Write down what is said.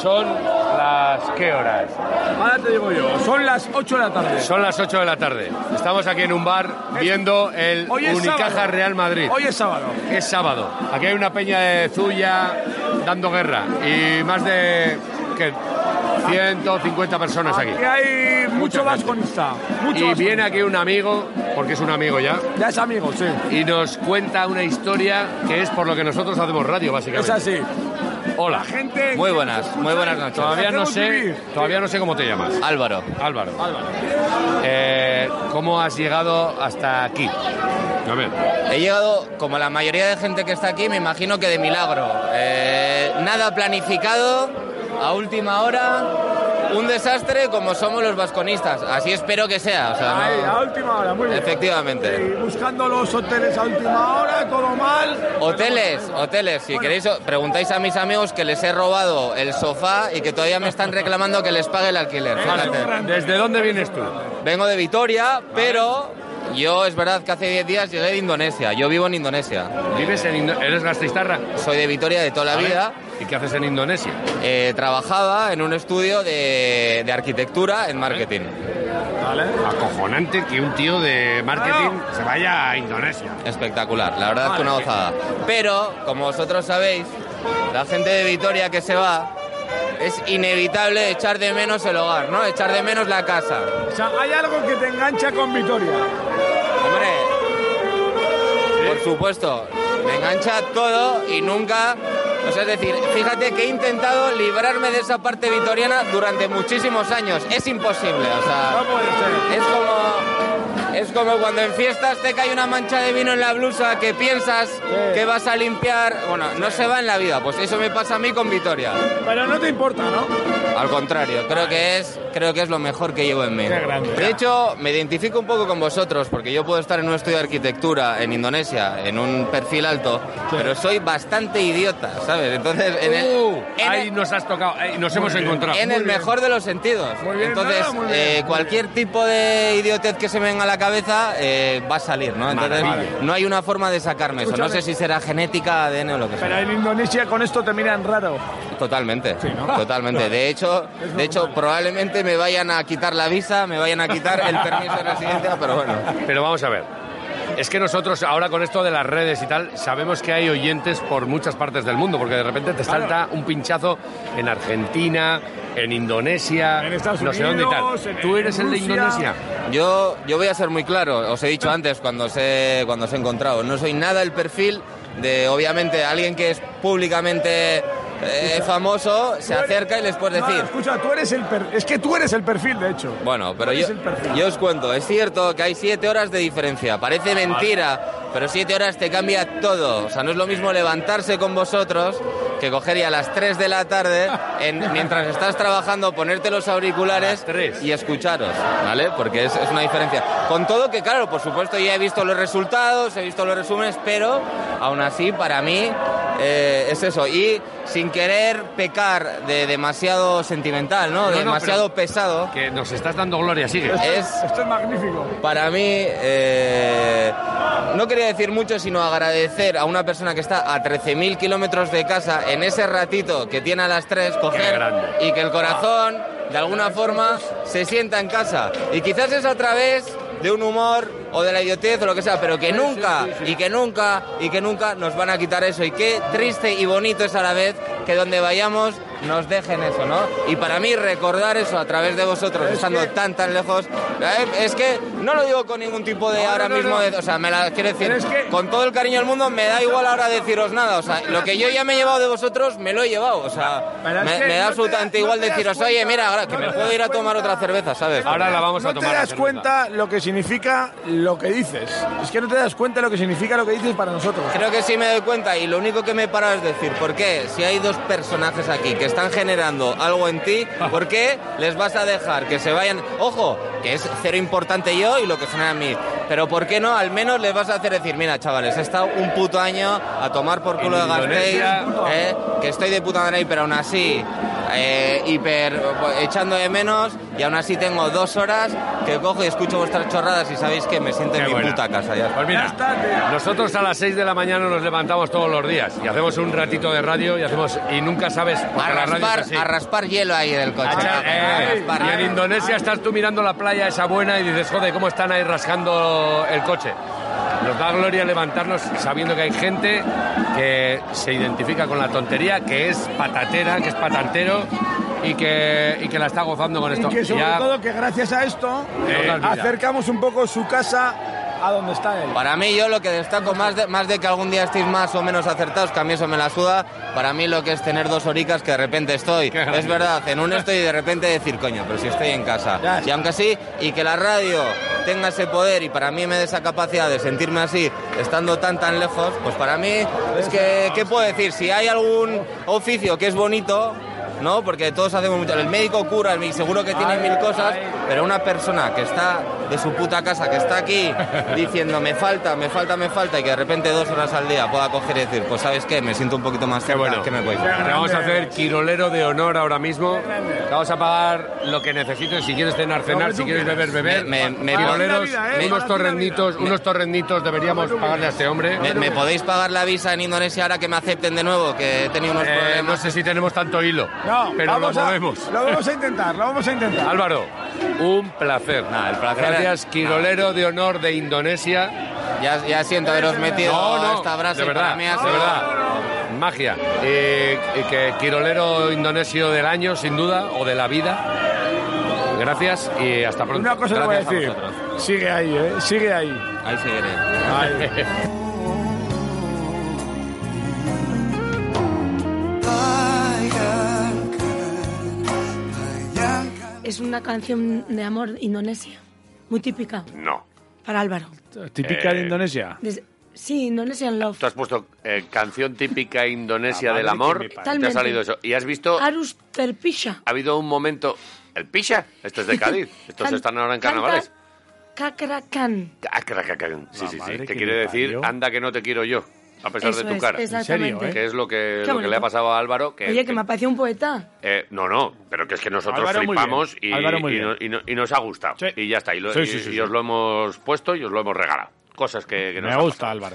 Son las... ¿Qué horas? Ahora te digo yo, son las 8 de la tarde. Son las 8 de la tarde. Estamos aquí en un bar viendo el Hoy es Unicaja sábado. Real Madrid. Hoy es sábado. Es sábado. Aquí hay una peña de Zuya dando guerra. Y más de... ¿qué? 150 personas aquí. Que hay mucho vasconista. Mucho Y vasconista. viene aquí un amigo, porque es un amigo ya, Ya es amigo, sí. y nos cuenta una historia que es por lo que nosotros hacemos radio, Es básicamente. así. Hola. Gente Muy que buenas, escucha muy y buenas que noches. Todavía no hacemos sé, vivir. todavía no sé cómo te llamas. Álvaro, Álvaro. Álvaro. ¿Cómo has llegado hasta aquí? A ver. he llegado, como la mayoría de gente que está aquí, me imagino que de milagro. Eh, nada planificado, a última hora, un desastre como somos los vasconistas. Así espero que sea. o sea, no- Ahí, a última hora, muy bien. Ah. Efectivamente. Sí, buscando los hoteles a última hora, todo mal. Hoteles, hoteles, si queréis, o- preguntáis a mis amigos que les he robado el sofá y que todavía me están reclamando que les pague el alquiler. fíjate. ¿Desde dónde vienes tú? Vengo de Vitoria, pero yo es verdad que hace 10 días llegué de Indonesia. Yo vivo en Indonesia. ¿Vives en Indo- ¿Eres gasteiztarra? Soy de Vitoria de toda la Vale. vida. ¿Y qué haces en Indonesia? Eh, trabajaba en un estudio de, de arquitectura en marketing. Vale. Acojonante que un tío de marketing Claro. se vaya a Indonesia. Espectacular, la verdad es que una gozada. Pero, como vosotros sabéis, la gente de Vitoria que se va es inevitable echar de menos el hogar, ¿no? Echar de menos la casa. O sea, hay algo que te engancha con Vitoria. Hombre, por supuesto, me engancha todo y nunca. O sea, es decir, fíjate que he intentado librarme de esa parte vitoriana durante muchísimos años. Es imposible, o sea. No puede ser. Es como, es como cuando en fiestas te cae una mancha de vino en la blusa que piensas que vas a limpiar. Bueno, no se va en la vida. Pues eso me pasa a mí con Vitoria. Pero no te importa, ¿no? Al contrario, creo que es, creo que es lo mejor que llevo en mí. Qué grande. De hecho, me identifico un poco con vosotros, porque yo puedo estar en un estudio de arquitectura en Indonesia, en un perfil alto, pero soy bastante idiota, ¿sabes? Entonces, en el, Uh, en ahí el- nos has tocado, ahí nos hemos encontrado. en el mejor de los sentidos. Muy bien, Entonces, nada, muy bien, eh, muy bien. cualquier tipo de idiotez que se me venga a la cabeza eh, va a salir, ¿no? Entonces, Maravilla. no hay una forma de sacarme eso. No Escúchame. sé si será genética, ADN o lo que sea. Pero en Indonesia con esto te miran raro. Totalmente, ¿no? totalmente. De hecho, de hecho, probablemente me vayan a quitar la visa, me vayan a quitar el permiso de residencia, pero bueno. Pero vamos a ver. Es que nosotros ahora con esto de las redes y tal, sabemos que hay oyentes por muchas partes del mundo, porque de repente te salta un pinchazo en Argentina, en Indonesia, En Estados no sé dónde y Unidos, tal. en- ¿Tú en eres el de Rusia. Indonesia? Yo, yo voy a ser muy claro, os he dicho antes cuando os he, cuando os he encontrado, no soy nada el perfil de, obviamente, alguien que es públicamente eh, famoso, se acerca y les puedes No, decir, escucha, tú eres el per- es que tú eres el perfil, de hecho. Bueno, pero ¿Cuál yo, es el perfil? yo os cuento, es cierto que hay siete horas de diferencia, parece mentira, pero siete horas te cambia todo. O sea, no es lo mismo levantarse con vosotros que coger y a las 3 de la tarde, en- mientras estás trabajando, ponerte los auriculares A las tres. y escucharos, ¿vale? Porque es, es una diferencia. Con todo que, claro, por supuesto ya he visto los resultados, he visto los resúmenes, pero aún así para mí eh, es eso. Y sin querer pecar de demasiado sentimental, ¿no? No, no, demasiado pero- pesado. Que nos estás dando gloria, sigue. Es Esto es magnífico. para mí, eh, no quería decir mucho, sino agradecer a una persona que está a 13.000 kilómetros de casa en ese ratito que tiene a las 3, coger grande. y que el corazón, de alguna forma, se sienta en casa. Y quizás es a través de un humor o de la idiotez o lo que sea, pero que nunca, y que nunca, y que nunca nos van a quitar eso. Y qué triste y bonito es a la vez que donde vayamos nos dejen eso, ¿no? Y para mí recordar eso a través de vosotros, estando tan, tan lejos, eh, es que no lo digo con ningún tipo de No, no, ahora no, mismo, no. de- o sea, me la quiero decir, Pero es que- con todo el cariño del mundo, me da igual ahora deciros nada, o sea, lo que yo ya me he llevado de vosotros, me lo he llevado, o sea, Pero es me, que me no te da absolutamente das- no igual te das deciros, cuenta, oye, mira, ahora que no me te puedo das ir a tomar cuenta. otra cerveza, ¿sabes? Ahora la vamos a No te tomar. la das cerveza. cuenta lo que significa lo que dices. Es que no te das cuenta lo que significa lo que dices para nosotros. Pues Creo que sí me doy cuenta y lo único que me he parado es decir, ¿por qué? Si hay dos personajes aquí que están generando algo en ti, Ah. ¿por qué les vas a dejar que se vayan? Ojo, que es cero importante yo y lo que genera a mí, pero ¿por qué no? Al menos les vas a hacer decir, mira chavales, he estado un puto año a tomar por culo de En Gasteiz, Indonesia. eh, que estoy de puta madre ahí, pero aún así eh, hiper echando de menos y aún así tengo dos horas que cojo y escucho vuestras chorradas y sabéis que me siento en Qué mi buena. puta casa ya. Pues Ya mira, está, tío. nosotros a las 6 de la mañana nos levantamos todos los días y hacemos un ratito de radio y hacemos y nunca sabes A porque la radio es raspar, así. a raspar hielo ahí del coche. A echar- A eh, raspar. y en Indonesia estás tú mirando la playa esa buena y dices, joder, ¿cómo están ahí rascando el coche? Nos da gloria levantarnos sabiendo que hay gente que se identifica con la tontería, que es patatera, que es patantero y que, y que la está gozando con esto. Y que sobre Ya- todo que gracias a esto Eh, nos acercamos un poco su casa a donde está él. Para mí yo lo que destaco más de, más de que algún día estéis más o menos acertados, que a mí eso me la suda, para mí lo que es tener dos horicas que de repente estoy, Qué grande. es verdad, en uno estoy y de repente decir, coño, pero si estoy en casa. Ya Y está. aunque sí, y que la radio tenga ese poder y para mí me dé esa capacidad de sentirme así, estando tan tan lejos, pues para mí es que, ¿qué puedo decir? Si hay algún oficio que es bonito... ¿No? Porque todos hacemos mucho. El médico cura, el- seguro que tiene Ay, mil cosas, ay. pero una persona que está de su puta casa, que está aquí diciendo me falta, me falta, me falta, y que de repente dos horas al día pueda coger y decir, pues sabes qué, me siento un poquito más Qué cerca, bueno. que me voy. Te vamos a hacer quirolero de honor ahora mismo. Te vamos a pagar lo que necesites. Si quieres cenar, Lo cenar. que Si tú quieres quieras. beber, beber. Me- me- me- Quiroleros, Para la vida, ¿eh? unos Para la torrenditos, unos torrenditos deberíamos pagarle a este hombre. ¿Me, me podéis pagar la visa en Indonesia ahora que me acepten de nuevo? Que he tenido unos Eh, problemas. no sé si tenemos tanto hilo, No, pero lo vamos a- movemos. lo vamos a intentar, lo vamos a intentar. Álvaro, un placer. Nada, el placer Gracias, es- quirolero de honor de Indonesia. Ya, ya siento haberos metido No, no, esta brasa de y para verdad, mí ha de sido- verdad. Magia. Eh, y que quirolero indonesio del año, sin duda, o de la vida. Gracias y hasta pronto. Una cosa te voy a Gracias a decir. Sigue ahí, ¿eh? Sigue ahí. Ahí seguiré. Ahí. Es una canción de amor indonesia, muy típica No. para Álvaro. Típica Eh, de Indonesia. Des- sí, Indonesian Love. Tú has puesto eh, canción típica indonesia La del madre amor. que me y parió. Te ha Totalmente. salido eso. Y has visto, ha Arus Terpisha. habido un momento. ¿El Pisha? Esto es de Cádiz. Estos Can- están ahora en canta carnavales. Kakrakan. Ah, craca, craca. Sí, La sí, sí. madre Te que quiere me decir, parió. anda que no te quiero yo, a pesar Eso de tu es, cara. exactamente. ¿eh? Que es lo que, Qué lo que le bonito. ha pasado a Álvaro. Que, Oye, que que- me ha parecido un poeta. eh, no, no, pero que es que nosotros Álvaro muy flipamos y, bien. Álvaro muy y no- y no- y nos ha gustado. Sí. Y ya está. Y, lo- Sí, y- sí, sí, y sí. os lo hemos puesto y os lo hemos regalado. Cosas que, que nos Me han gusta, Álvaro.